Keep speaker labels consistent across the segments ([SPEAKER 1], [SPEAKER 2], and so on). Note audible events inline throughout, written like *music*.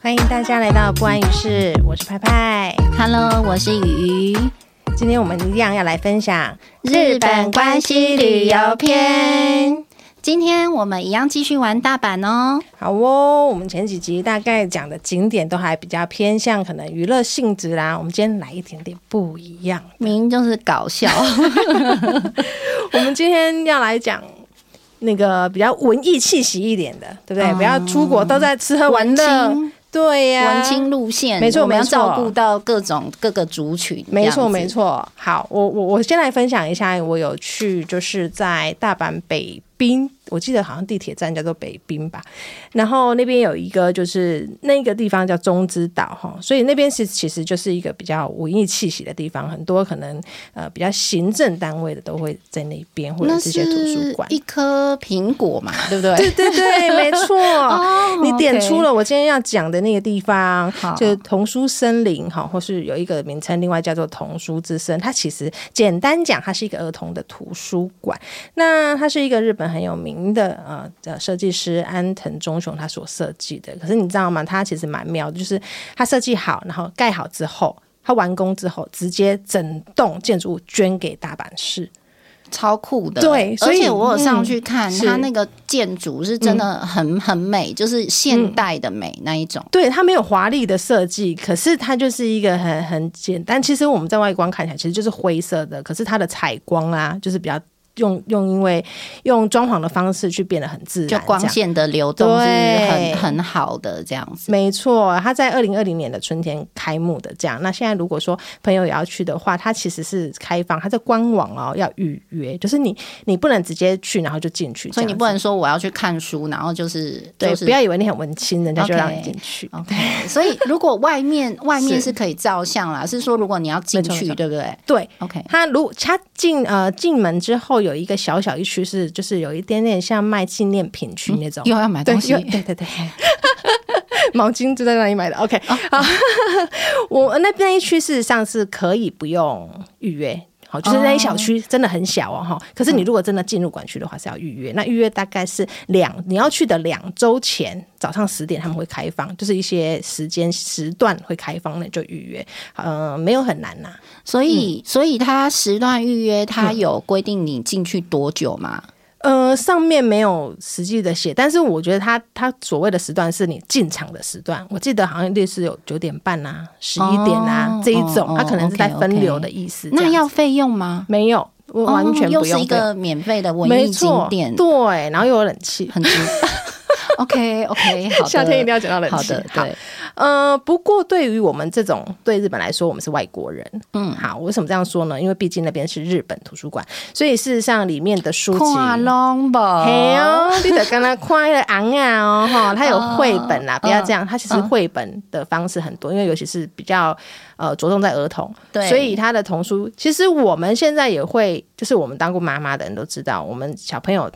[SPEAKER 1] 欢迎大家来到不安于室，我是派派。
[SPEAKER 2] Hello，我是雨鱼。
[SPEAKER 1] 今天我们一样要来分享
[SPEAKER 2] 日本关西旅游篇。今天我们一样继续玩大阪哦。
[SPEAKER 1] 好哦，我们前几集大概讲的景点都还比较偏向可能娱乐性质啦，我们今天来一点点不一样。
[SPEAKER 2] 明明就是搞笑，
[SPEAKER 1] 我们今天要来讲那个比较文艺气息一点的，对不对？不要出国都在吃喝玩乐
[SPEAKER 2] 哦文青，
[SPEAKER 1] *laughs* 对呀、
[SPEAKER 2] 文青路线，
[SPEAKER 1] 没错
[SPEAKER 2] 我们要
[SPEAKER 1] 没错
[SPEAKER 2] 照顾到各种各个族群。
[SPEAKER 1] 没错，没
[SPEAKER 2] 错。
[SPEAKER 1] 错。好，我我我先来分享一下，我有去就是在大阪北滨，我记得好像地铁站叫做北滨吧。然后那边有一个就是那个地方叫中之岛哈，所以那边是其实就是一个比较文艺气息的地方，很多可能呃比较行政单位的都会在那边或者
[SPEAKER 2] 那
[SPEAKER 1] 这些图书
[SPEAKER 2] 是
[SPEAKER 1] 馆。
[SPEAKER 2] 一颗苹果嘛，对不对？
[SPEAKER 1] 对对对，
[SPEAKER 2] *laughs*
[SPEAKER 1] 没错。
[SPEAKER 2] 哦
[SPEAKER 1] 你点
[SPEAKER 2] OK
[SPEAKER 1] 出了我今天要讲的那个地方
[SPEAKER 2] 好，
[SPEAKER 1] 就是童书森林哈，或是有一个名称，另外叫做童书之森。它其实简单讲，它是一个儿童的图书馆。那它是一个日本很有名的呃的设计师安藤忠雄他所设计的。可是你知道吗？它其实蛮妙的，就是它设计好，然后盖好之后。它完工之后，直接整栋建筑物捐给大阪市。
[SPEAKER 2] 超酷的，
[SPEAKER 1] 对所
[SPEAKER 2] 而
[SPEAKER 1] 以
[SPEAKER 2] 且我有上去看
[SPEAKER 1] 嗯
[SPEAKER 2] 它
[SPEAKER 1] 是嗯
[SPEAKER 2] 那个建筑是真的很很美，就是现代的美那一种。
[SPEAKER 1] 对，它没有华丽的设计，可是它就是一个很很简单。其实我们在外观看起来其实就是灰色的，可是它的采光啊，就是比较用用因为用装潢的方式去变得很自然，
[SPEAKER 2] 就光
[SPEAKER 1] 这样
[SPEAKER 2] 线的流动是
[SPEAKER 1] 嗯对
[SPEAKER 2] 很很好的这样子。
[SPEAKER 1] 没错，它在二零二零年的春天开幕的，这样。那现在如果说朋友也要去的话，它其实是开放，它在官网哦要预约，就是你你不能直接去然后就进去，
[SPEAKER 2] 所以你
[SPEAKER 1] 这样子
[SPEAKER 2] 不能说我要去看书，然后就是
[SPEAKER 1] 对，
[SPEAKER 2] 就是
[SPEAKER 1] 不要以为你很文青，人家就让你
[SPEAKER 2] OK
[SPEAKER 1] 进去。
[SPEAKER 2] OK。所以如果外面外面
[SPEAKER 1] *laughs* 是
[SPEAKER 2] 是可以照相啦，是说如果你要进
[SPEAKER 1] 没错没
[SPEAKER 2] 去，
[SPEAKER 1] 错
[SPEAKER 2] 对不对
[SPEAKER 1] 对，
[SPEAKER 2] ？OK，
[SPEAKER 1] 它如它进呃进门之后有一个小小一区是就是有一点点像卖纪念品区那种。
[SPEAKER 2] 又要买
[SPEAKER 1] 嗯对，
[SPEAKER 2] 东
[SPEAKER 1] *laughs*
[SPEAKER 2] 西嗯
[SPEAKER 1] 又，对对对，哦毛巾就在那里买的。OK，、好， *laughs* 我那那一区事实上是可以不用预约，好，就是那一小区真的很小哦，哈、可是你如果真的进入馆区的话是要预约，那预约大概是两你要去的两周前早上十点他们会开放，就是一些时间时段会开放，那你就预约。嗯、没有很难呐、
[SPEAKER 2] 所以所以它时段预约，它有规定你进去多久吗？
[SPEAKER 1] 呃，上面没有实际的写，但是我觉得他他所谓的时段是你进场的时段。我记得好像类似有九点半啊、十一点啊、
[SPEAKER 2] 哦
[SPEAKER 1] 这一种
[SPEAKER 2] 哦，
[SPEAKER 1] 他可能是在
[SPEAKER 2] OK，OK
[SPEAKER 1] 分流的意思。这
[SPEAKER 2] 那
[SPEAKER 1] 样
[SPEAKER 2] 要费用吗？
[SPEAKER 1] 没有，我完全
[SPEAKER 2] 嗯哦
[SPEAKER 1] 不
[SPEAKER 2] 又是
[SPEAKER 1] 用
[SPEAKER 2] 一
[SPEAKER 1] 费用、
[SPEAKER 2] 个免费的文
[SPEAKER 1] 没
[SPEAKER 2] 艺景
[SPEAKER 1] 错，
[SPEAKER 2] 点，
[SPEAKER 1] 对，然后又有冷气，
[SPEAKER 2] *laughs* 很值。OK OK，好的，
[SPEAKER 1] 夏天一定要讲到冷
[SPEAKER 2] 好
[SPEAKER 1] 气。
[SPEAKER 2] 的，对，
[SPEAKER 1] 呃，不过对于我们这种对日本来说，我们是外国人。嗯，好，为什么这样说呢？因为毕竟那边是日本图书馆，所以事实上里面的书籍
[SPEAKER 2] 看啊龙吧，
[SPEAKER 1] 嘿哦，你得跟他快乐昂啊哦
[SPEAKER 2] *laughs*
[SPEAKER 1] 哈，它有绘本啦，
[SPEAKER 2] 哦
[SPEAKER 1] 不要这样。它其实绘本的方式很多，因为尤其是比较呃着重在儿童，
[SPEAKER 2] 对
[SPEAKER 1] 所以它的童书，其实我们现在也会，就是我们当过妈妈的人都知道，我们小朋友。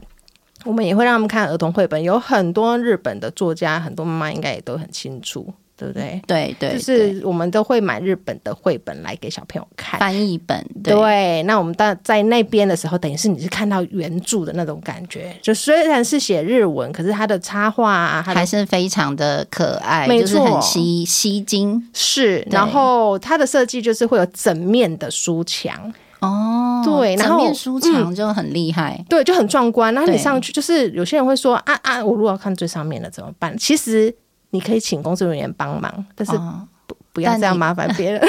[SPEAKER 1] 我们也会让他们看儿童绘本，有很多日本的作家，很多妈妈应该也都很清楚，对不对？
[SPEAKER 2] 对对，
[SPEAKER 1] 就是我们都会买日本的绘本来给小朋友看
[SPEAKER 2] 对。翻译本，对
[SPEAKER 1] 对，那我们到在那边的时候，等于是你是看到原著的那种感觉，就虽然是写日文，可是它的插画啊，它的
[SPEAKER 2] 还是非常的可爱，
[SPEAKER 1] 没
[SPEAKER 2] 就是
[SPEAKER 1] 错
[SPEAKER 2] 很吸吸睛
[SPEAKER 1] 是，
[SPEAKER 2] 对
[SPEAKER 1] 然后它的设计就是会有整面的书墙，
[SPEAKER 2] 哦。
[SPEAKER 1] 对然
[SPEAKER 2] 整
[SPEAKER 1] 后
[SPEAKER 2] 面书墙就很厉害，
[SPEAKER 1] 对，就很壮观。然后你
[SPEAKER 2] 对
[SPEAKER 1] 上去，就是有些人会说啊啊，我如果要看最上面的怎么办？其实你可以请工作人员帮忙，但是
[SPEAKER 2] 哦
[SPEAKER 1] 不不要
[SPEAKER 2] 但
[SPEAKER 1] 这样
[SPEAKER 2] 你
[SPEAKER 1] 麻烦别人。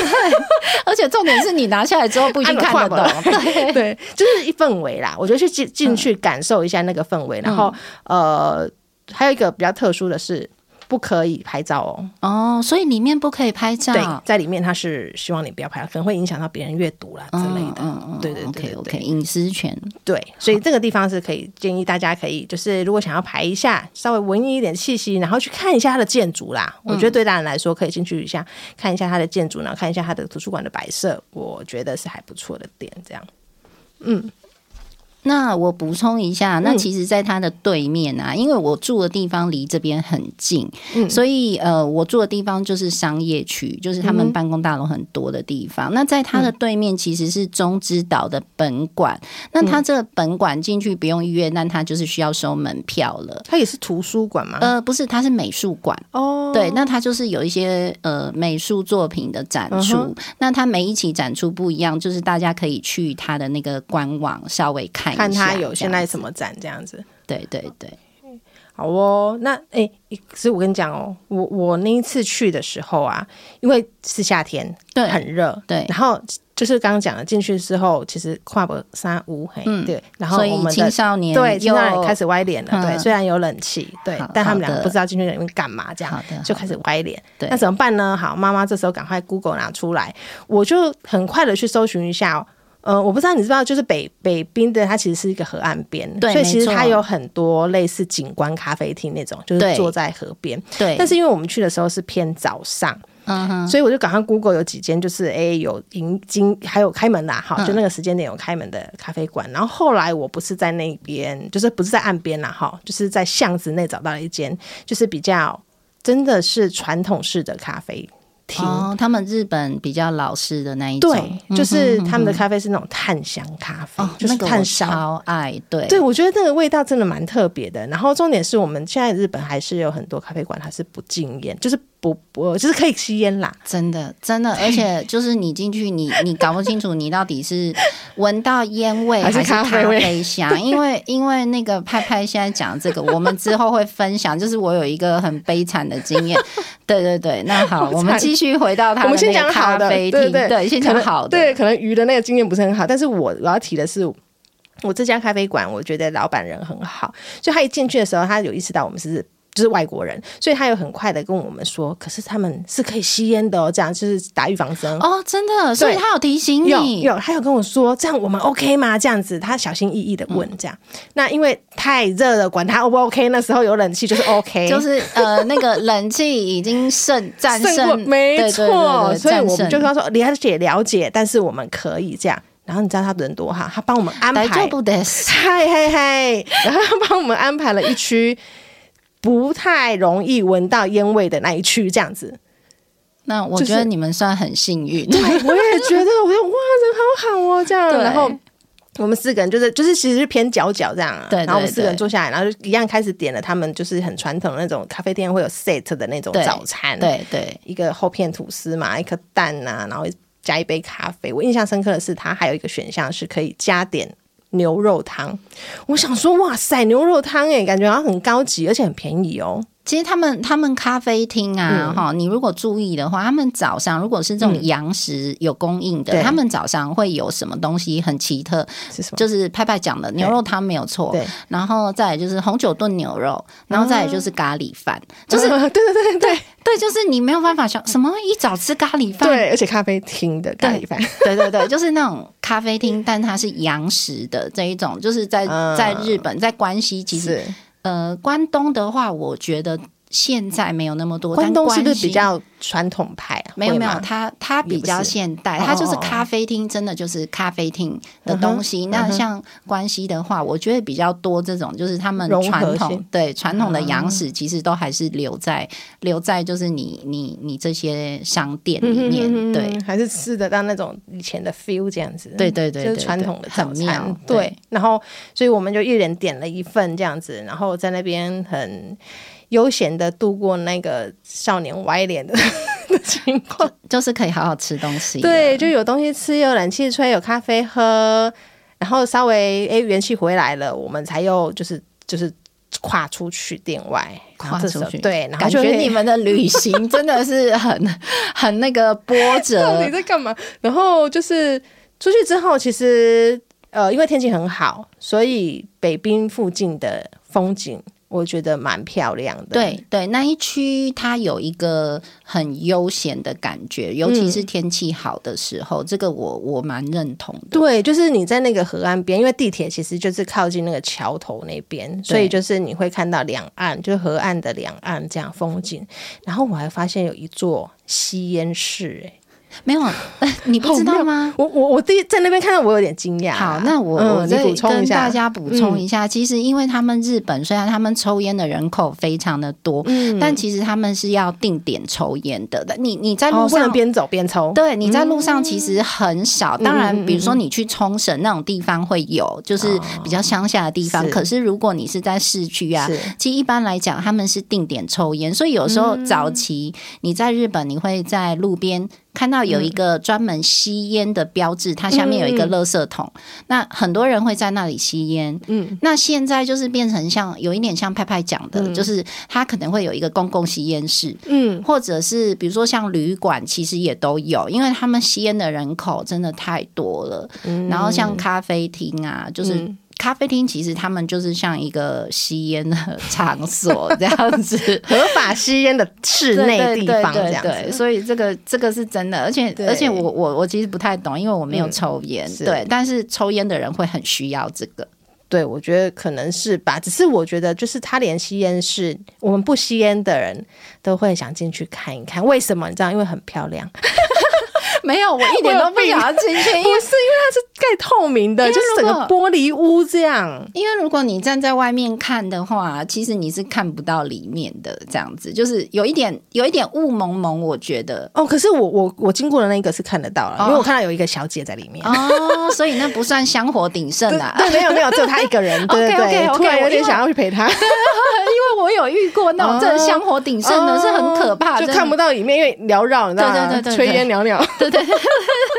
[SPEAKER 2] 而且重点是你拿下来之后不一定
[SPEAKER 1] 按了
[SPEAKER 2] 看
[SPEAKER 1] 跨
[SPEAKER 2] 得
[SPEAKER 1] *laughs*
[SPEAKER 2] 懂，对，嗯
[SPEAKER 1] 对，就是一氛围啦。我觉得去进进去感受一下那个氛围，然后呃，还有一个比较特殊的是。不可以拍照哦，
[SPEAKER 2] *laughs* 哦，所以里面不可以拍
[SPEAKER 1] 对
[SPEAKER 2] 照，。
[SPEAKER 1] 在里面他是希望你不要拍照，可能会影响到别人阅读啦之类的，
[SPEAKER 2] 嗯
[SPEAKER 1] 对对对对
[SPEAKER 2] ，OK
[SPEAKER 1] 对
[SPEAKER 2] OK，隐私权，
[SPEAKER 1] 对，所以这个地方是可以建议大家可以，就是如果想要排一下稍微文艺一点气息，然后去看一下它的建筑啦。
[SPEAKER 2] 嗯
[SPEAKER 1] 我觉得对大人来说可以进去一下看一下它的建筑，然后看一下它的图书馆的摆设，我觉得是还不错的点。这样，
[SPEAKER 2] 那我补充一下，
[SPEAKER 1] 嗯
[SPEAKER 2] 那其实，在它的对面啊，因为我住的地方离这边很近，
[SPEAKER 1] 嗯
[SPEAKER 2] 所以呃，我住的地方就是商业区，就是他们办公大楼很多的地方。
[SPEAKER 1] 嗯
[SPEAKER 2] 那在它的对面其实是中之岛的本馆，那
[SPEAKER 1] 嗯
[SPEAKER 2] 它这个本馆进去不用预约，但它就是需要收门票了。
[SPEAKER 1] 它也是图书馆吗？
[SPEAKER 2] 呃，不是，它是美术馆。
[SPEAKER 1] 哦，
[SPEAKER 2] 对，那它就是有一些呃美术作品的展出，
[SPEAKER 1] 嗯
[SPEAKER 2] 那它每一期展出不一样，就是大家可以去它的那个官网稍微看一下，
[SPEAKER 1] 看它有
[SPEAKER 2] 这
[SPEAKER 1] 现
[SPEAKER 2] 样
[SPEAKER 1] 在什么展这样子。
[SPEAKER 2] 对对对，
[SPEAKER 1] 好哦，那哎、可是我跟你讲哦，我我那一次去的时候啊，因为是夏天，
[SPEAKER 2] 对
[SPEAKER 1] 很热，
[SPEAKER 2] 对
[SPEAKER 1] 然后就是刚刚讲的，进去之后其实跨不三五，嘿，
[SPEAKER 2] 嗯
[SPEAKER 1] 对，然后我
[SPEAKER 2] 所以
[SPEAKER 1] 们
[SPEAKER 2] 青
[SPEAKER 1] 的
[SPEAKER 2] 少年
[SPEAKER 1] 对，现
[SPEAKER 2] 又
[SPEAKER 1] 在开始歪脸了，对，
[SPEAKER 2] 嗯
[SPEAKER 1] 虽然有冷气，对
[SPEAKER 2] 好，
[SPEAKER 1] 但他们
[SPEAKER 2] 好
[SPEAKER 1] 两个
[SPEAKER 2] 的
[SPEAKER 1] 不知道进去里面干嘛，这样
[SPEAKER 2] 好的
[SPEAKER 1] 就开始歪脸，
[SPEAKER 2] 对
[SPEAKER 1] 那怎么办呢？好，妈妈这时候赶快 Google 拿出来，我就很快的去搜寻一下、哦。呃，我不知道你知不知道，就是北北滨的，它其实是一个河岸边，
[SPEAKER 2] 对
[SPEAKER 1] 所以其实
[SPEAKER 2] 没错
[SPEAKER 1] 它有很多类似景观咖啡厅那种，就是
[SPEAKER 2] 对
[SPEAKER 1] 坐在河边。
[SPEAKER 2] 对，
[SPEAKER 1] 但是因为我们去的时候是偏早上，
[SPEAKER 2] 嗯哼，
[SPEAKER 1] 所以我就赶快 Google 有几间就是哎、有营经还有开门啦，
[SPEAKER 2] 嗯
[SPEAKER 1] 哈，就那个时间点有开门的咖啡馆。然后后来我不是在那边，就是不是在岸边啦，啊哈，就是在巷子内找到了一间，就是比较真的是传统式的咖啡厅。
[SPEAKER 2] 哦，嗯他们日本比较老式的那一种，
[SPEAKER 1] 对，就是他们的咖啡是那种炭香咖啡，
[SPEAKER 2] 哦，
[SPEAKER 1] 就是
[SPEAKER 2] 那个
[SPEAKER 1] 炭
[SPEAKER 2] 我
[SPEAKER 1] 烧
[SPEAKER 2] 超爱，对
[SPEAKER 1] 对，我觉得那个味道真的蛮特别的。然后重点是我们现在日本还是有很多咖啡馆它是不禁烟，就是不不就是可以吸烟啦。
[SPEAKER 2] 真的，真的，而且就是你进去你， *laughs* 你搞不清楚你到底是闻到烟味
[SPEAKER 1] 还是
[SPEAKER 2] 是咖
[SPEAKER 1] 咖啡味 *laughs*
[SPEAKER 2] 香，因为因为那个派派现在讲这个，我们之后会分享，就是我有一个很悲惨的
[SPEAKER 1] *laughs*
[SPEAKER 2] 经验，对对对，那好，我们继续回到他
[SPEAKER 1] 我们
[SPEAKER 2] 的
[SPEAKER 1] 先
[SPEAKER 2] 那
[SPEAKER 1] 讲
[SPEAKER 2] 个
[SPEAKER 1] 好
[SPEAKER 2] 咖
[SPEAKER 1] 的，
[SPEAKER 2] 啡
[SPEAKER 1] 对
[SPEAKER 2] 厅，
[SPEAKER 1] 对对，
[SPEAKER 2] 先
[SPEAKER 1] 可
[SPEAKER 2] 讲
[SPEAKER 1] 能
[SPEAKER 2] 好的，
[SPEAKER 1] 对，可能鱼的那个经验不是很好，但是我我要提的是。我这家咖啡馆，我觉得老板人很好，就他一进去的时候，他有意识到我们是就是外国人，所以他有很快的跟我们说，可是他们是可以吸烟的哦，这样就是打预防针。
[SPEAKER 2] 哦，真的，所以他有提醒
[SPEAKER 1] 有
[SPEAKER 2] 你，
[SPEAKER 1] 有，他有跟我说这样我们 OK 吗？这样子，他小心翼翼的
[SPEAKER 2] 嗯
[SPEAKER 1] 问这样。那因为太热了，管他 O 不 OK，那时候有冷气就是 OK，
[SPEAKER 2] 就是呃，那个冷气已经胜战
[SPEAKER 1] 胜过
[SPEAKER 2] 胜，
[SPEAKER 1] 没
[SPEAKER 2] 对对对
[SPEAKER 1] 错，
[SPEAKER 2] 对
[SPEAKER 1] 所以
[SPEAKER 2] 战
[SPEAKER 1] 我们
[SPEAKER 2] 胜
[SPEAKER 1] 就跟他说了解了解，但是我们可以这样。然后你知道他人多好，他帮我们安
[SPEAKER 2] 大丈
[SPEAKER 1] 排，
[SPEAKER 2] 夫で
[SPEAKER 1] 嗨
[SPEAKER 2] す
[SPEAKER 1] 嗨嗨，然后他帮我们安排了一区。不太容易闻到烟味的那一区，这样子，
[SPEAKER 2] 那我
[SPEAKER 1] 就是
[SPEAKER 2] 觉得你们算很幸运，
[SPEAKER 1] 对我也觉得，我就哇，人好好哦，这样，
[SPEAKER 2] 对
[SPEAKER 1] 然后我们四个人就是就是其实是偏角角这样啊，
[SPEAKER 2] 对对
[SPEAKER 1] 然后我们四个人
[SPEAKER 2] 对
[SPEAKER 1] 坐下来，然后就一样开始点了他们就是很传统的那种咖啡店会有 set 的那种
[SPEAKER 2] 对
[SPEAKER 1] 早餐，
[SPEAKER 2] 对对，
[SPEAKER 1] 一个厚片吐司嘛，一颗蛋啊，然后加一杯咖啡。我印象深刻的是，它还有一个选项是可以加点牛肉汤。我想说，哇塞，牛肉汤哎，感觉好像很高级，而且很便宜哦。
[SPEAKER 2] 其实他们他们咖啡厅
[SPEAKER 1] 嗯
[SPEAKER 2] 啊，哈、你如果注意的话，他们早上如果是这种洋食有供应的，
[SPEAKER 1] 对
[SPEAKER 2] 他们早上会有什么东西很奇特？
[SPEAKER 1] 是什么？
[SPEAKER 2] 就是派派讲的牛肉汤没有错，
[SPEAKER 1] 对，啊
[SPEAKER 2] 然后再来就是红酒炖牛肉，然后再来就是咖喱饭，就是
[SPEAKER 1] 对对对对对
[SPEAKER 2] 对，就是你没有办法想什么一早吃咖喱饭，
[SPEAKER 1] 对，而且咖啡厅的咖喱饭，
[SPEAKER 2] 对对对， *laughs* 就是那种咖啡厅，但它是洋食的这一种，就是在
[SPEAKER 1] 嗯
[SPEAKER 2] 在日本，在关西其实
[SPEAKER 1] 是
[SPEAKER 2] 呃关东的话，我觉得现在没有那么多，
[SPEAKER 1] 关
[SPEAKER 2] 但
[SPEAKER 1] 东是不是
[SPEAKER 2] 西
[SPEAKER 1] 比较传统派啊？
[SPEAKER 2] 没有
[SPEAKER 1] 会
[SPEAKER 2] 没
[SPEAKER 1] 吗
[SPEAKER 2] 有，它它比较现代，
[SPEAKER 1] 也不是
[SPEAKER 2] 它就是
[SPEAKER 1] 哦哦嗯哦
[SPEAKER 2] 咖啡厅，真的就是咖啡厅的东西。那像关西的话，我觉得比较多这种，就是他们
[SPEAKER 1] 融合
[SPEAKER 2] 传统
[SPEAKER 1] 性嗯
[SPEAKER 2] 对传统的洋食，其实都还是留在留在就是你你你这些商店里面，
[SPEAKER 1] 嗯
[SPEAKER 2] 对，
[SPEAKER 1] 还是吃得到那种以前的 feel 这样子。
[SPEAKER 2] 对对对
[SPEAKER 1] 就
[SPEAKER 2] 对
[SPEAKER 1] 是传
[SPEAKER 2] 对
[SPEAKER 1] 统的
[SPEAKER 2] 很
[SPEAKER 1] 早
[SPEAKER 2] 妙
[SPEAKER 1] 餐，对。然后，所以我们就一人点了一份这样子，然后在那边很悠闲的度过那个少年歪脸的 *laughs* 的情况。
[SPEAKER 2] 就是可以好好吃东西。
[SPEAKER 1] 对，就有东西吃，有冷气吹，有咖啡喝，然后稍微诶元气回来了，我们才又就是就是跨出去店外，然后
[SPEAKER 2] 跨
[SPEAKER 1] 这时
[SPEAKER 2] 出
[SPEAKER 1] 候
[SPEAKER 2] 去，
[SPEAKER 1] 对，然后
[SPEAKER 2] 感
[SPEAKER 1] 就
[SPEAKER 2] 觉
[SPEAKER 1] 可以
[SPEAKER 2] 你们的旅行真的是很 *laughs* 很那个波
[SPEAKER 1] *laughs* 到底
[SPEAKER 2] 折，
[SPEAKER 1] 在干嘛？然后就是出去之后，其实呃，因为天气很好，所以北滨附近的风景我觉得蛮漂亮的。
[SPEAKER 2] 对对，那一区它有一个很悠闲的感觉，尤其是天气好的时候，这个我我蛮认同的。
[SPEAKER 1] 对，就是你在那个河岸边，因为地铁其实就是靠近那个桥头那边，所以就是你会看到两岸，就是河岸的两岸这样风景。然后我还发现有一座吸烟室、欸，
[SPEAKER 2] 没有，啊 *laughs* 你不知道吗？啊
[SPEAKER 1] 我我我第一在那边看到，我有点惊讶。
[SPEAKER 2] 哦嗯 *laughs* 好，那我、
[SPEAKER 1] 嗯
[SPEAKER 2] 我
[SPEAKER 1] 你
[SPEAKER 2] 再
[SPEAKER 1] 补充
[SPEAKER 2] 跟
[SPEAKER 1] 一下
[SPEAKER 2] 大家补充一下，其实因为他们日本虽然他们抽烟的人口非常的多，但其实他们是要定点抽烟的。但你你在
[SPEAKER 1] 哦
[SPEAKER 2] 路
[SPEAKER 1] 不
[SPEAKER 2] 上
[SPEAKER 1] 能边走边抽。
[SPEAKER 2] 对，你在路上其实很少。当然，比如说你去冲绳那种地方会有，就是比较乡下的地方。
[SPEAKER 1] 是
[SPEAKER 2] 可哦是如果你是在市区啊
[SPEAKER 1] 是，
[SPEAKER 2] 其实一般来讲他们是定点抽烟，所以有时候早期你在日本，你会在路边。看到有一个专门吸烟的标志，它下面有一个垃圾桶，那很多人会在那里吸烟。嗯，那现在就是变成像有一点像派派讲的，就是它可能会有一个公共吸烟室，
[SPEAKER 1] 嗯，
[SPEAKER 2] 或者是比如说像旅馆，其实也都有，因为他们吸烟的人口真的太多了。然后像咖啡厅啊，就是。咖啡厅其实他们就是像一个吸烟的场所这样 *laughs* 子，
[SPEAKER 1] 合法吸烟的室内地方
[SPEAKER 2] 对
[SPEAKER 1] 这
[SPEAKER 2] 对
[SPEAKER 1] 样
[SPEAKER 2] 对对
[SPEAKER 1] 子。
[SPEAKER 2] 所以这个这个是真的，而且
[SPEAKER 1] 对
[SPEAKER 2] 而且我我我其实不太懂，因为我没有
[SPEAKER 1] 嗯
[SPEAKER 2] 抽烟，
[SPEAKER 1] 是
[SPEAKER 2] 对，但是抽烟的人会很需要这个，
[SPEAKER 1] 对，我觉得可能是吧。只是我觉得，就是他连吸烟室，我们不吸烟的人都会想进去看一看。为什么？你知道，因为很漂亮。
[SPEAKER 2] *laughs* 没有，我一点都不想要 *laughs* 进去，因
[SPEAKER 1] 不
[SPEAKER 2] 为
[SPEAKER 1] 是，因为它是盖透明的，
[SPEAKER 2] 因为
[SPEAKER 1] 就是整
[SPEAKER 2] 如
[SPEAKER 1] 个玻
[SPEAKER 2] 果
[SPEAKER 1] 璃屋这样。
[SPEAKER 2] 因为如果你站在外面看的话，其实你是看不到里面的，这样子就是有一点有一点雾蒙蒙，我觉得。
[SPEAKER 1] 哦，可是我我我经过的那个是看得到了，
[SPEAKER 2] 哦
[SPEAKER 1] 因为我看到有一个小姐在里面。
[SPEAKER 2] 哦，所以那不算香火鼎盛啊 *laughs* 啦。
[SPEAKER 1] 对，没有没有，只有她一个人。
[SPEAKER 2] *laughs*
[SPEAKER 1] 对对对
[SPEAKER 2] OK，OK，OK，
[SPEAKER 1] 突然有
[SPEAKER 2] 我因为
[SPEAKER 1] 点想要去陪她，
[SPEAKER 2] 呃因为我有遇过那种真的香火鼎盛的，是很可怕，
[SPEAKER 1] 哦就
[SPEAKER 2] 真的
[SPEAKER 1] 看不到里面，因为缭绕，你知道吗？
[SPEAKER 2] 对对对对对
[SPEAKER 1] 炊烟袅袅，
[SPEAKER 2] *laughs* 对对对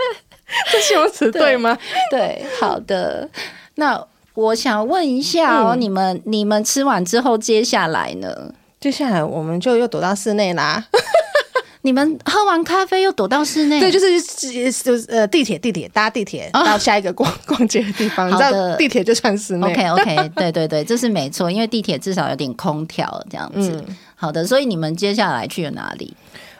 [SPEAKER 1] *laughs* 这形容词对吗？
[SPEAKER 2] 对，好的。那我想问一下哦，
[SPEAKER 1] 嗯
[SPEAKER 2] 你们你们吃完之后，接下来呢？
[SPEAKER 1] 接下来我们就又躲到室内啦。
[SPEAKER 2] 你们喝完咖啡又躲到室
[SPEAKER 1] *laughs*
[SPEAKER 2] 内？
[SPEAKER 1] 对，就是就是呃地铁地铁搭地铁到下一个逛 *laughs* 逛街的地方，你知
[SPEAKER 2] 啊好的
[SPEAKER 1] 道地铁就算室内。
[SPEAKER 2] OK OK，对 *laughs* 对对，这是没错，因为地铁至少有点空调这样子。
[SPEAKER 1] 嗯
[SPEAKER 2] 好的，所以你们接下来去了哪里？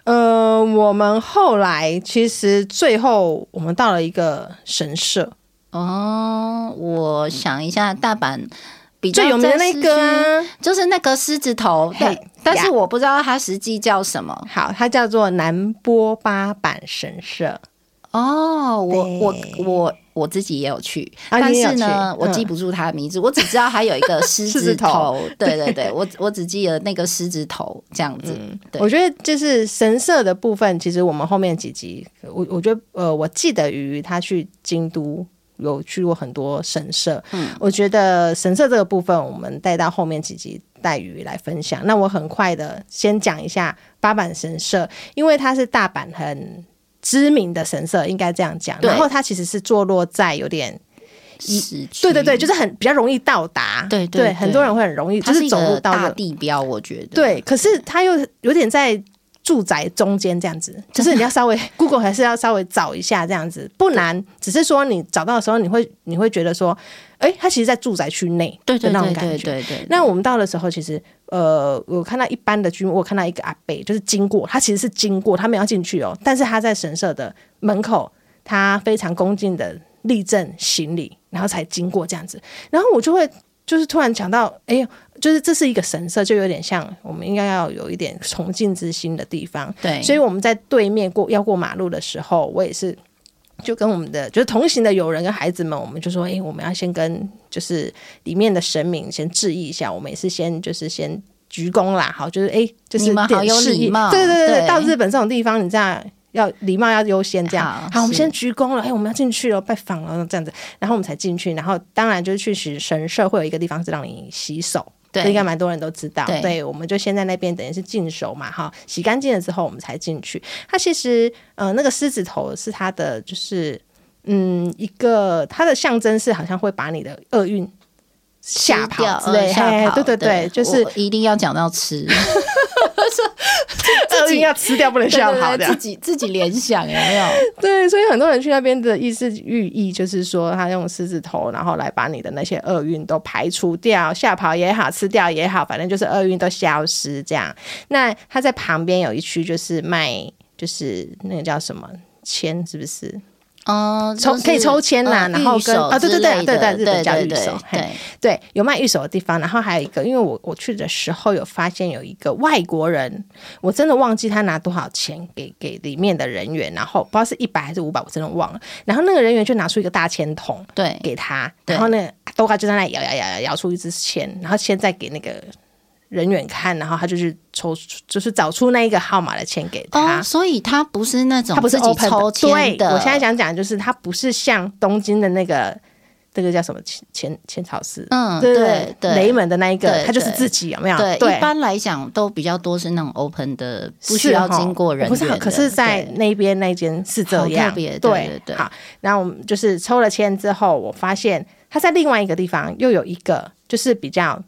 [SPEAKER 1] 呃，我们后来其实最后我们到了一个神社，
[SPEAKER 2] 哦，我想一下，大阪比较
[SPEAKER 1] 最有名的那个
[SPEAKER 2] 在市
[SPEAKER 1] 啊、
[SPEAKER 2] 区就是那个狮子头，但
[SPEAKER 1] 嘿
[SPEAKER 2] 但是
[SPEAKER 1] 呀
[SPEAKER 2] 我不知道它实际叫什么。
[SPEAKER 1] 好，它叫做南波八坂神社。
[SPEAKER 2] 哦，我我
[SPEAKER 1] 对
[SPEAKER 2] 我我自己也有去，
[SPEAKER 1] 啊
[SPEAKER 2] 但
[SPEAKER 1] 你也有
[SPEAKER 2] 是呢，
[SPEAKER 1] 去
[SPEAKER 2] 我
[SPEAKER 1] 嗯
[SPEAKER 2] 记不住它的名字，我只知道它有一个
[SPEAKER 1] *laughs*
[SPEAKER 2] 狮
[SPEAKER 1] 狮
[SPEAKER 2] 子
[SPEAKER 1] 子头
[SPEAKER 2] 头。对对对，我我只记得那个狮子头这样子。对
[SPEAKER 1] 嗯我觉得就是神社的部分，其实我们后面几集，我我觉得呃，我记得鱼他去京都。有去过很多神社，嗯，我觉得神社这个部分，我们带到后面几集带鱼来分享。那我很快的先讲一下八坂神社，因为它是大阪很知名的神社，应该这样讲。
[SPEAKER 2] 对
[SPEAKER 1] 然后它其实是坐落在有点，
[SPEAKER 2] 市区
[SPEAKER 1] 对对对，就是很比较容易到达，
[SPEAKER 2] 对对
[SPEAKER 1] 对，很多人会很容易，
[SPEAKER 2] 它
[SPEAKER 1] 就是是
[SPEAKER 2] 一
[SPEAKER 1] 走
[SPEAKER 2] 个
[SPEAKER 1] 路到
[SPEAKER 2] 大
[SPEAKER 1] 的
[SPEAKER 2] 地标，我觉得。
[SPEAKER 1] 对，可是它又有点在住宅中间这样
[SPEAKER 2] *laughs*
[SPEAKER 1] 子，就是你要稍微 *laughs* Google 还是要稍微找一下这样子，不难，只是说你找到的时候，你会你会觉得说，哎、它其实在住宅区内
[SPEAKER 2] 对对
[SPEAKER 1] 的那
[SPEAKER 2] 对
[SPEAKER 1] 种感
[SPEAKER 2] 对
[SPEAKER 1] 觉。
[SPEAKER 2] 对对，
[SPEAKER 1] 那我们到的时候，其实呃，我看到一般的居民，我看到一个阿伯，就是经过，他其实是经过，他没有要进去哦，但是他在神社的门口，他非常恭敬的立正行礼，然后才经过这样子。然后我就会就是突然想到，哎呦，就是这是一个神社，就有点像我们应该要有一点崇敬之心的地方。
[SPEAKER 2] 对，
[SPEAKER 1] 所以我们在对面过要过马路的时候，我也是就跟我们的就是同行的友人跟孩子们，我们就说，哎、我们要先跟就是里面的神明先致意一下，我们也是先就是先。鞠躬啦，好，就是哎、就是
[SPEAKER 2] 你们好
[SPEAKER 1] 点
[SPEAKER 2] 有
[SPEAKER 1] 示
[SPEAKER 2] 礼
[SPEAKER 1] 意
[SPEAKER 2] 貌
[SPEAKER 1] 对对对
[SPEAKER 2] 对
[SPEAKER 1] 对，到日本这种地方，你这样要礼貌要优先这样。
[SPEAKER 2] 好
[SPEAKER 1] 好，我们
[SPEAKER 2] 是
[SPEAKER 1] 先鞠躬了，哎、我们要进去了，拜访了这样子，然后我们才进去，然后当然就是去神神社会有一个地方是让你洗手，这应该
[SPEAKER 2] 对
[SPEAKER 1] 蛮多人都知道。
[SPEAKER 2] 对
[SPEAKER 1] 对，我们就先在那边等于是净手嘛，哈，洗干净了之后我们才进去。它其实，呃，那个狮子头是它的，就是嗯，一个它的象征是好像会把你的厄运吓
[SPEAKER 2] 吃掉
[SPEAKER 1] 跑之类，
[SPEAKER 2] 呃吓
[SPEAKER 1] 嘿
[SPEAKER 2] 跑，
[SPEAKER 1] 对对对，就是
[SPEAKER 2] 我一定要讲到
[SPEAKER 1] *laughs*
[SPEAKER 2] 吃，
[SPEAKER 1] 厄运要吃掉不能吓跑这
[SPEAKER 2] *laughs* 对对对
[SPEAKER 1] 样
[SPEAKER 2] 自。己自己联想有
[SPEAKER 1] *laughs*
[SPEAKER 2] 没有？
[SPEAKER 1] 对，所以很多人去那边的意思寓意就是说，他用狮子头，然后来把你的那些厄运都排除掉，吓跑也好，吃掉也好，反正就是厄运都消失这样。那他在旁边有一区就是卖，就是那个叫什么签，是不是？
[SPEAKER 2] 哦，
[SPEAKER 1] 抽可以抽签啦，然后跟
[SPEAKER 2] 啊，
[SPEAKER 1] 啊，对对对对对，日本叫预手，嘿
[SPEAKER 2] 对，
[SPEAKER 1] 对，有卖玉手的地方。然后还有一个，因为我我去的时候有发现有一个外国人，我真的忘记他拿多少钱给给里面的人员，然后不知道是一百还是五百，我真的忘了。然后那个人员就拿出一个大签筒
[SPEAKER 2] 对
[SPEAKER 1] 给他，
[SPEAKER 2] 对
[SPEAKER 1] 然后呢，豆哥就在那里摇摇摇摇摇出一支签，然后现在给那个人员看，然后他就去抽，就是找出那一个号码的签给他。
[SPEAKER 2] 哦，所以它不是那种
[SPEAKER 1] 它不是
[SPEAKER 2] 自己
[SPEAKER 1] open
[SPEAKER 2] 抽签
[SPEAKER 1] 对
[SPEAKER 2] 的。
[SPEAKER 1] 我现在想讲就是它不是像东京的那个这个叫什么浅浅浅草寺，
[SPEAKER 2] 嗯
[SPEAKER 1] 对
[SPEAKER 2] 对对
[SPEAKER 1] 雷门的那一个
[SPEAKER 2] 对，
[SPEAKER 1] 它就是
[SPEAKER 2] 对
[SPEAKER 1] 自己有没有？
[SPEAKER 2] 对，一般来讲都比较多是那种 open 的，不需要
[SPEAKER 1] 是哦
[SPEAKER 2] 经过人
[SPEAKER 1] 我不知
[SPEAKER 2] 员
[SPEAKER 1] 道，
[SPEAKER 2] 的。
[SPEAKER 1] 可是，在
[SPEAKER 2] 对
[SPEAKER 1] 那边那间是这
[SPEAKER 2] 好
[SPEAKER 1] 样，
[SPEAKER 2] 特别对对对
[SPEAKER 1] 好，然后我们就是抽了签之后，我发现他在另外一个地方又有一个，就是比较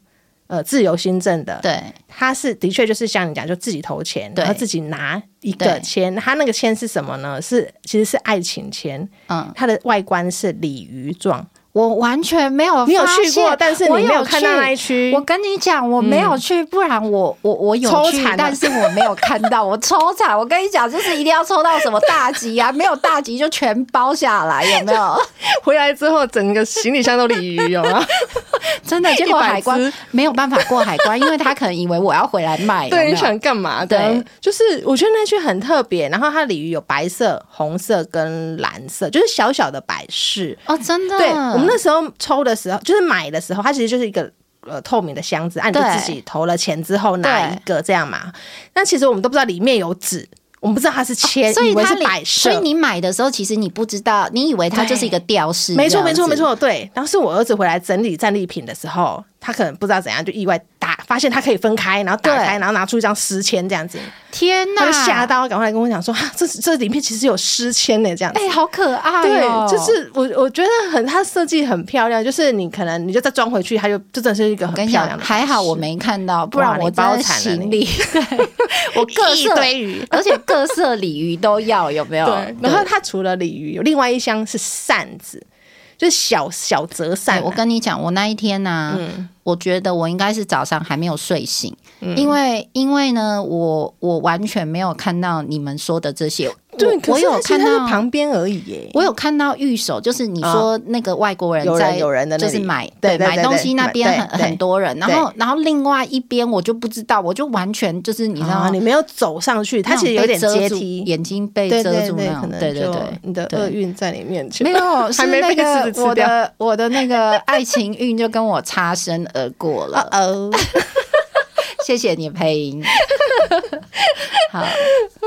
[SPEAKER 1] 呃自由新政的，
[SPEAKER 2] 对
[SPEAKER 1] 他是的确就是像你讲，就自己投钱，
[SPEAKER 2] 对
[SPEAKER 1] 然后自己拿一
[SPEAKER 2] 对
[SPEAKER 1] 个签。他那个签是什么呢？是其实是爱情签，
[SPEAKER 2] 嗯，
[SPEAKER 1] 它的外观是鲤鱼状。
[SPEAKER 2] 我完全没有发
[SPEAKER 1] 你
[SPEAKER 2] 现，
[SPEAKER 1] 有去过，但是你
[SPEAKER 2] 我
[SPEAKER 1] 没有
[SPEAKER 2] 有
[SPEAKER 1] 看到
[SPEAKER 2] 去
[SPEAKER 1] 那一区
[SPEAKER 2] 我。跟你讲，我没有去，不然我我我有
[SPEAKER 1] 抽
[SPEAKER 2] 去
[SPEAKER 1] 惨了，
[SPEAKER 2] 但是我没有看 *laughs* 到，我抽惨。我跟你讲，就是一定要抽到什么大吉 *laughs* 啊，没有大吉就全包下来，有没有？
[SPEAKER 1] 回来之后，整个行李箱都鲤鱼有吗？
[SPEAKER 2] *laughs* 真的，结果海
[SPEAKER 1] 100
[SPEAKER 2] 关
[SPEAKER 1] 只
[SPEAKER 2] 没有办法过海关，因为他可能以为我要回来 *laughs* 卖，哎有
[SPEAKER 1] 对，
[SPEAKER 2] 没
[SPEAKER 1] 你
[SPEAKER 2] 有？
[SPEAKER 1] 想干嘛的？
[SPEAKER 2] 对
[SPEAKER 1] 就是我觉得那区很特别。然后它鲤鱼有白色、红色跟蓝色，就是小小的摆饰。
[SPEAKER 2] 哦，真的，
[SPEAKER 1] 对我们那时候抽的时候，就是买的时候，它其实就是一个呃透明的箱子，按、你就
[SPEAKER 2] 对
[SPEAKER 1] 自己投了钱之后拿
[SPEAKER 2] 对
[SPEAKER 1] 一个这样嘛。但其实我们都不知道里面有纸，我们不知道它是钱，
[SPEAKER 2] 哦所以
[SPEAKER 1] 为
[SPEAKER 2] 他
[SPEAKER 1] 是
[SPEAKER 2] 里
[SPEAKER 1] 摆
[SPEAKER 2] 所以
[SPEAKER 1] 设。
[SPEAKER 2] 你买的时候，其实你不知道，你以为它就是一个吊饰，
[SPEAKER 1] 没错，
[SPEAKER 2] 这
[SPEAKER 1] 没
[SPEAKER 2] 样子
[SPEAKER 1] 错，没。错，对。然后是我儿子回来整理战利品的时候，他可能不知道怎样，就意外打发现它可以分开，然后打
[SPEAKER 2] 对
[SPEAKER 1] 开，然后拿出一张十签这样子，
[SPEAKER 2] 天
[SPEAKER 1] 他
[SPEAKER 2] 哪，
[SPEAKER 1] 就吓！到，赶快来跟我讲说， *laughs* 啊、这这里面其实有诗签呢，这样子。
[SPEAKER 2] 哎，好可爱哦！
[SPEAKER 1] 对，就是我我觉得很，它设计很漂亮，就是你可能你就再装回去，它就就真的是一个
[SPEAKER 2] 我
[SPEAKER 1] 很
[SPEAKER 2] 跟你
[SPEAKER 1] 漂
[SPEAKER 2] 讲
[SPEAKER 1] 亮，的。
[SPEAKER 2] 还好我。没看到，不然
[SPEAKER 1] 哇
[SPEAKER 2] 我
[SPEAKER 1] 你
[SPEAKER 2] 真
[SPEAKER 1] 包
[SPEAKER 2] 的
[SPEAKER 1] 惨了
[SPEAKER 2] 行
[SPEAKER 1] 你 *laughs*
[SPEAKER 2] 李，对我各
[SPEAKER 1] 一
[SPEAKER 2] 色
[SPEAKER 1] 堆鱼，
[SPEAKER 2] *laughs* 而且各色鲤鱼都要，有没有？
[SPEAKER 1] 对，然后它除了鲤鱼，有另外一箱是扇子，就是小小折
[SPEAKER 2] 哎
[SPEAKER 1] 扇、啊
[SPEAKER 2] 我跟你讲，我那一天呢、
[SPEAKER 1] 嗯
[SPEAKER 2] 我觉得我应该是早上还没有睡醒，因为因为呢，我我完全没有看到你们说的这些，
[SPEAKER 1] 对，
[SPEAKER 2] 我我有看
[SPEAKER 1] 它是
[SPEAKER 2] 到
[SPEAKER 1] 旁边而已耶。
[SPEAKER 2] 我有看到玉手，就是你说那个外国人
[SPEAKER 1] 嗯有人
[SPEAKER 2] 在
[SPEAKER 1] 有人的那
[SPEAKER 2] 就是
[SPEAKER 1] 里
[SPEAKER 2] 买
[SPEAKER 1] 对对
[SPEAKER 2] 买
[SPEAKER 1] 对
[SPEAKER 2] 东
[SPEAKER 1] 对
[SPEAKER 2] 西那
[SPEAKER 1] 买
[SPEAKER 2] 边
[SPEAKER 1] 对
[SPEAKER 2] 很
[SPEAKER 1] 对
[SPEAKER 2] 很多人，然后然后另外一边我就不知道，我就完全就是你知道
[SPEAKER 1] 啊，
[SPEAKER 2] 吗
[SPEAKER 1] 你没有走上去，它
[SPEAKER 2] 那
[SPEAKER 1] 其
[SPEAKER 2] 种
[SPEAKER 1] 实有
[SPEAKER 2] 被
[SPEAKER 1] 点
[SPEAKER 2] 遮
[SPEAKER 1] 阶
[SPEAKER 2] 住
[SPEAKER 1] 梯，
[SPEAKER 2] 眼睛被
[SPEAKER 1] 对
[SPEAKER 2] 遮
[SPEAKER 1] 对
[SPEAKER 2] 住
[SPEAKER 1] 对，
[SPEAKER 2] 那
[SPEAKER 1] 可
[SPEAKER 2] 种，
[SPEAKER 1] 能
[SPEAKER 2] 对对
[SPEAKER 1] 就
[SPEAKER 2] 对，
[SPEAKER 1] 你的
[SPEAKER 2] 对
[SPEAKER 1] 厄运在你面前
[SPEAKER 2] *laughs* 没
[SPEAKER 1] *laughs*
[SPEAKER 2] 有，是
[SPEAKER 1] 还没
[SPEAKER 2] 那
[SPEAKER 1] 被狮
[SPEAKER 2] 个
[SPEAKER 1] 子
[SPEAKER 2] 我
[SPEAKER 1] 吃掉。 *laughs*
[SPEAKER 2] 的我的那个爱情运就跟我擦身而过
[SPEAKER 1] *laughs*
[SPEAKER 2] 了。
[SPEAKER 1] 哦
[SPEAKER 2] 谢谢你
[SPEAKER 1] *laughs*
[SPEAKER 2] 配音。好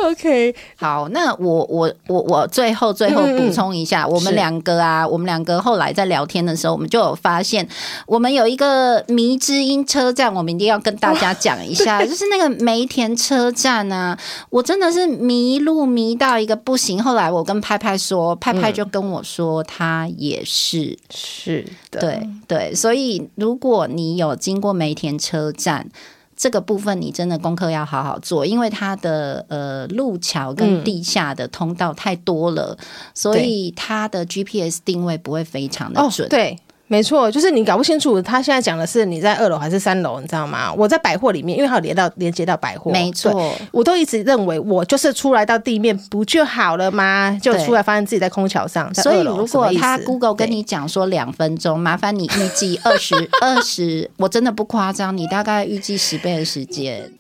[SPEAKER 1] ，OK，
[SPEAKER 2] 好，那我我我我最后最后补充一下，我们
[SPEAKER 1] 是
[SPEAKER 2] 两个啊，我们两个后来在聊天的时候，我们就有发现，我们有一个迷之音车站，我们一定要跟大家讲一下，就是那个梅田车站啊，我真的是迷路迷到一个不行。后来我跟派派说，派派就跟我说，他也是。
[SPEAKER 1] 是的，
[SPEAKER 2] 对对，所以如果你有经过梅田车站。这个部分你真的功课要好好做，因为它的呃路桥跟地下的通道太多了，所以它的 GPS 定位不会非常的准。
[SPEAKER 1] 哦、对。没错，就是你搞不清楚他现在讲的是你在二楼还是三楼，你知道吗？我在百货里面，因为它有连到连接到百货，
[SPEAKER 2] 没
[SPEAKER 1] 对。
[SPEAKER 2] 错，
[SPEAKER 1] 我都一直认为我就是出来到地面不就好了吗？就
[SPEAKER 2] 对
[SPEAKER 1] 出来发现自己在空桥上，在
[SPEAKER 2] 所以
[SPEAKER 1] 二楼
[SPEAKER 2] 如
[SPEAKER 1] 什么
[SPEAKER 2] 果
[SPEAKER 1] 意思
[SPEAKER 2] 他 Google 跟你讲说两分钟，麻烦你预计
[SPEAKER 1] *laughs*
[SPEAKER 2] 二十二十，我真的不夸张，你大概预计十倍的时间。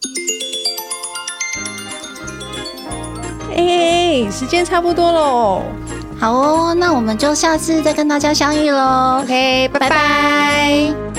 [SPEAKER 1] 对哎、时间差不多喽
[SPEAKER 2] 好哦，那我们就下次再跟大家相遇喽。
[SPEAKER 1] ，OK，拜
[SPEAKER 2] 拜
[SPEAKER 1] 拜
[SPEAKER 2] 拜